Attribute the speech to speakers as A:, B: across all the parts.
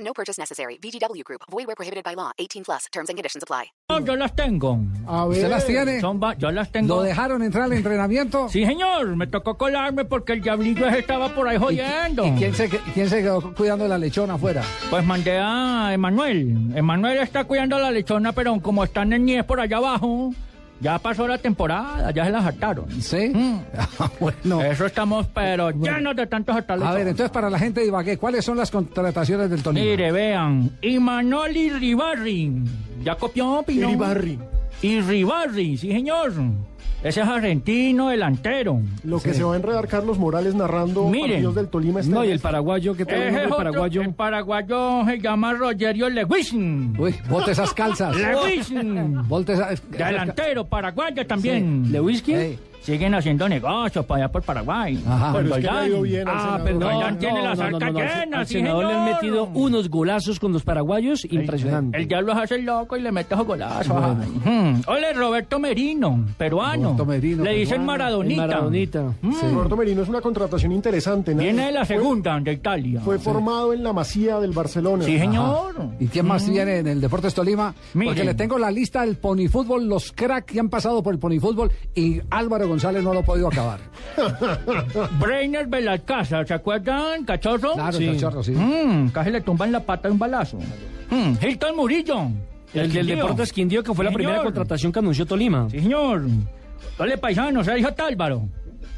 A: No purchase necessary. VGW Group. Void where prohibited by law. 18 plus. Terms and conditions apply.
B: No, yo las tengo.
C: A ver.
D: ¿Usted las tiene?
B: Son va- yo las tengo.
D: ¿Lo dejaron entrar al entrenamiento?
B: Sí, señor. Me tocó colarme porque el diablillo ese estaba por ahí jodiendo.
D: ¿Y quién se, que- quién se quedó cuidando la lechona afuera?
B: Pues mandé a Emanuel. Emanuel está cuidando la lechona, pero como están en niés por allá abajo, ya pasó la temporada, ya se las hartaron.
D: ¿Sí?
B: Mm.
D: Ah, bueno.
B: Eso estamos, pero llenos de tantos hartales.
D: A ver, entonces para la gente de Ibagué, ¿cuáles son las contrataciones del Tolima?
B: Mire, vean. Imanoli Ribarri. Ya copió, Pino.
C: Iribarri.
B: Y Ribarri, sí, señor. Ese es argentino delantero.
C: Lo que se va a enredar Carlos Morales narrando
B: Miren.
C: partidos del Tolima este
E: No, y
C: mes.
E: el paraguayo, que
B: Ese
E: también
B: es
E: el
B: otro,
E: paraguayo.
B: el paraguayo se llama Rogerio Lewison.
D: Uy, bote esas calzas.
B: Lewison.
D: Bote eh, esas...
B: Delantero, paraguayo también.
D: Sí.
B: Lewinsky.
D: Ey.
B: Siguen haciendo negocios para allá por Paraguay.
D: Ajá.
B: Con
C: Pero es que le ha
B: Roldán.
C: ido bien al
B: ah,
C: senador.
B: pero
C: No,
B: Roldán
C: no,
B: tiene la sarca
E: al-
B: llena,
E: al
B: sí,
E: senador le han
B: señor.
E: metido unos golazos con los paraguayos impresionante.
B: El diablo se hace el loco y le mete esos golazos. Ajá. Ole, Roberto Merino, peruano.
D: Roberto Merino,
B: le dicen
D: peruano.
B: Maradonita.
D: eh,
E: Maradonita.
B: Mm,
C: Roberto Merino es una contratación interesante. ¿no?
B: Viene de la
C: Fue-
B: segunda, de Italia.
C: Fue, formado en la masía del Barcelona.
B: sí, señor.
D: Ajá. ¿Y quién
B: Mm.
D: más viene en el Deportes Tolima? Porque
B: Miren.
D: le tengo la lista del ponifútbol, los cracks que han pasado por el ponifútbol y Álvaro González no lo ha podido acabar.
B: Breiner Belalcázar, ¿se acuerdan, cachorro?
D: Claro,
E: Sí.
D: cachorro, sí.
B: Mm, casi le tumban la pata de un balazo. Mm, Hilton Murillo.
E: El del
B: Quindío.
E: Deportes Quindío, que fue la
B: Señor.
E: primera contratación que anunció Tolima.
B: Sí, señor. Dale paisano, Sergio Tálvaro.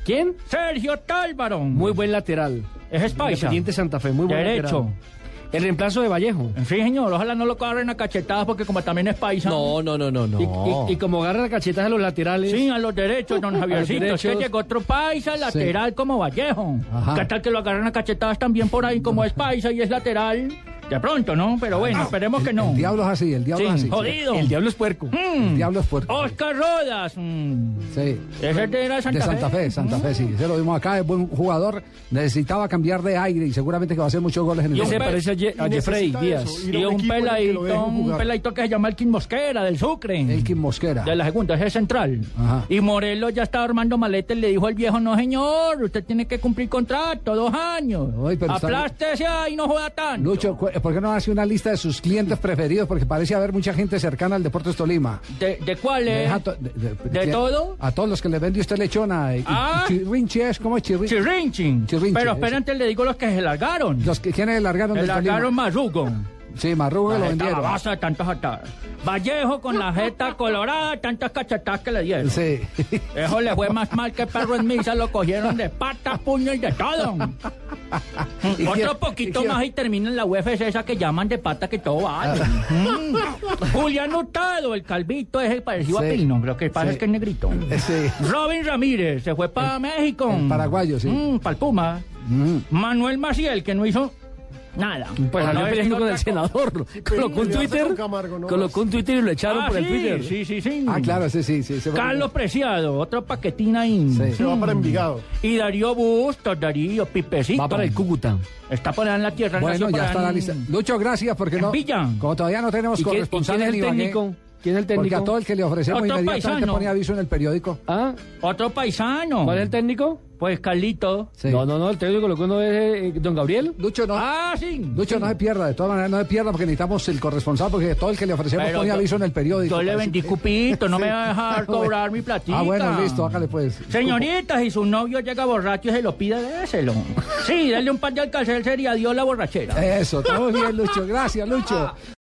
E: ¿Quién?
B: Sergio Tálvaro.
E: Muy buen lateral.
B: Ese es paisa.
E: Independiente Santa Fe, muy buen
B: Derecho.
E: lateral. El reemplazo de Vallejo.
B: Sí, señor. Ojalá no lo corren a cachetadas porque como también es paisa.
E: no, no, no, no. Y, y como agarra la cachetadas a los laterales.
B: Sí, a los derechos, don Javiercito. Es que
E: derechos.
B: llegó otro paisa lateral como Vallejo.
D: Ajá.
B: ¿Qué tal que lo agarran a cachetadas también por ahí como es paisa y es lateral? De pronto, ¿no? Pero bueno, esperemos que no.
D: Ah, El diablo es así, el diablo es
B: Sí,
D: así.
B: jodido.
E: El diablo es puerco.
B: Mm.
D: El diablo es puerco.
B: Oscar Rodas. mm.
D: Sí.
B: Ese era de Santa,
D: De Santa Fe, Santa Fe,
E: Mm.
D: sí. Se lo vimos acá, es buen jugador. Necesitaba cambiar de aire y seguramente que va a hacer muchos goles en el
E: Y
B: Yo
E: ese
B: pe-
D: Tolima.
E: parece a, Ye- a
C: Y
E: Jeffrey
C: necesita
E: Díaz.
C: eso, ir a
B: Y
C: un
B: un
C: equipo en el que lo
B: peladito,
C: dejen
B: un
C: jugar.
B: peladito que se llama Elkin Mosquera, del Sucre.
D: Elkin Mosquera.
B: De la segunda, ese es central.
D: Ajá.
B: Y Morelos ya estaba armando maletes, le dijo el viejo, no señor, usted tiene que cumplir contrato, dos años.
D: Ay, pero está-
B: Aplástese ahí, no juega tanto.
D: Lucho, cu- ¿por qué no hace una lista de sus clientes preferidos? Porque parece haber mucha gente cercana al Deportes Tolima.
B: ¿De, de cuál
D: Le
B: es?
D: deja to- de- de-
B: Eh, ¿De
D: de-
B: todo?
D: A todos los que le vende usted lechona. Y, y-
B: Ah.
D: Chirrinchi es, ¿cómo es Chirrinchi?
B: Chirrinchin.
D: Chirrinchin,
B: Pero
D: ese.
B: espérate, le digo los que se largaron.
D: Los que quienes le largaron
B: se
D: del
B: largaron
D: Tolima.
B: Marrugo.
D: Sí, Marruga lo
B: Esta
D: vendieron.
B: babosa de tantos atadas. Vallejo con la jeta colorada, tantas cachetadas que le dieron.
D: Sí.
B: Eso le fue más mal que perro en misa, lo cogieron de patas, puños y de todo.
D: ¿Y
B: Otro
D: quién-
B: poquito
D: y quién-
B: más y termina en la UFC esa que llaman de pata que todo vale.
D: Ah.
B: Mm. Julián Hurtado, el calvito es el parecido a
D: Sí.
B: Pino, creo que pasa
D: Sí.
B: es que es negrito.
D: Sí.
B: Robin Ramírez se fue para México.
D: el Eh, paraguayo, sí.
B: para Puma.
D: Mm.
B: Manuel Maciel, que no hizo nada.
E: Pues
B: Por
E: salió
B: no decir
E: peleando con el
B: otra cosa.
E: senador.
C: pero
E: Colocó un
C: le hace
E: Twitter.
C: con Camargo, no
E: Colocó un Twitter y lo echaron
B: Ah,
E: por el
B: sí,
E: Twitter.
B: Sí, sí, sí.
D: Ah, claro, sí, sí. sí se fue-
B: Carlos Preciado, otro paquetín ahí.
D: Sí.
C: Se va
E: Mm.
C: para Envigado.
B: Y Darío Bustos, Darío, Pipecito.
E: Va para el Cúcuta.
B: Está por allá en la tierra.
D: Bueno,
B: nació por
D: ya está
B: allá
D: la
B: en-
D: lista. Lucho, gracias porque no.
B: Villa.
D: Como todavía no tenemos
E: ¿Y qué- y
D: corresponsal
E: quién es
D: en
E: el
D: Ibagué,
E: técnico? ¿Quién es el
D: Porque
E: técnico?
D: a todo el que le ofrecemos
B: Otro
D: inmediatamente
B: paisano.
D: pone aviso en el periódico.
E: ¿Ah?
B: Otro paisano.
E: ¿Cuál es el técnico?
B: Pues Carlito.
D: Sí.
E: No, no, no, el técnico colocó uno es eh, Don Gabriel.
D: Lucho, no.
B: Ah, sí.
D: Lucho, no se pierda, de todas maneras no se pierda porque necesitamos el corresponsal porque todo el que le ofrecemos
B: Pero
D: pone
B: yo-
D: aviso en el periódico.
B: Yo le
D: Así
B: vendí
D: que-
B: cupito, no
D: Sí.
B: me va a dejar cobrar mi platita.
D: Ah, bueno, listo, hágale pues.
B: Señoritas, si su novio llega borracho y se lo pide, déselo. Sí, dale un par de alcalcel, sería Dios la borrachera.
D: Eso, está muy bien, Lucho. Gracias, Lucho.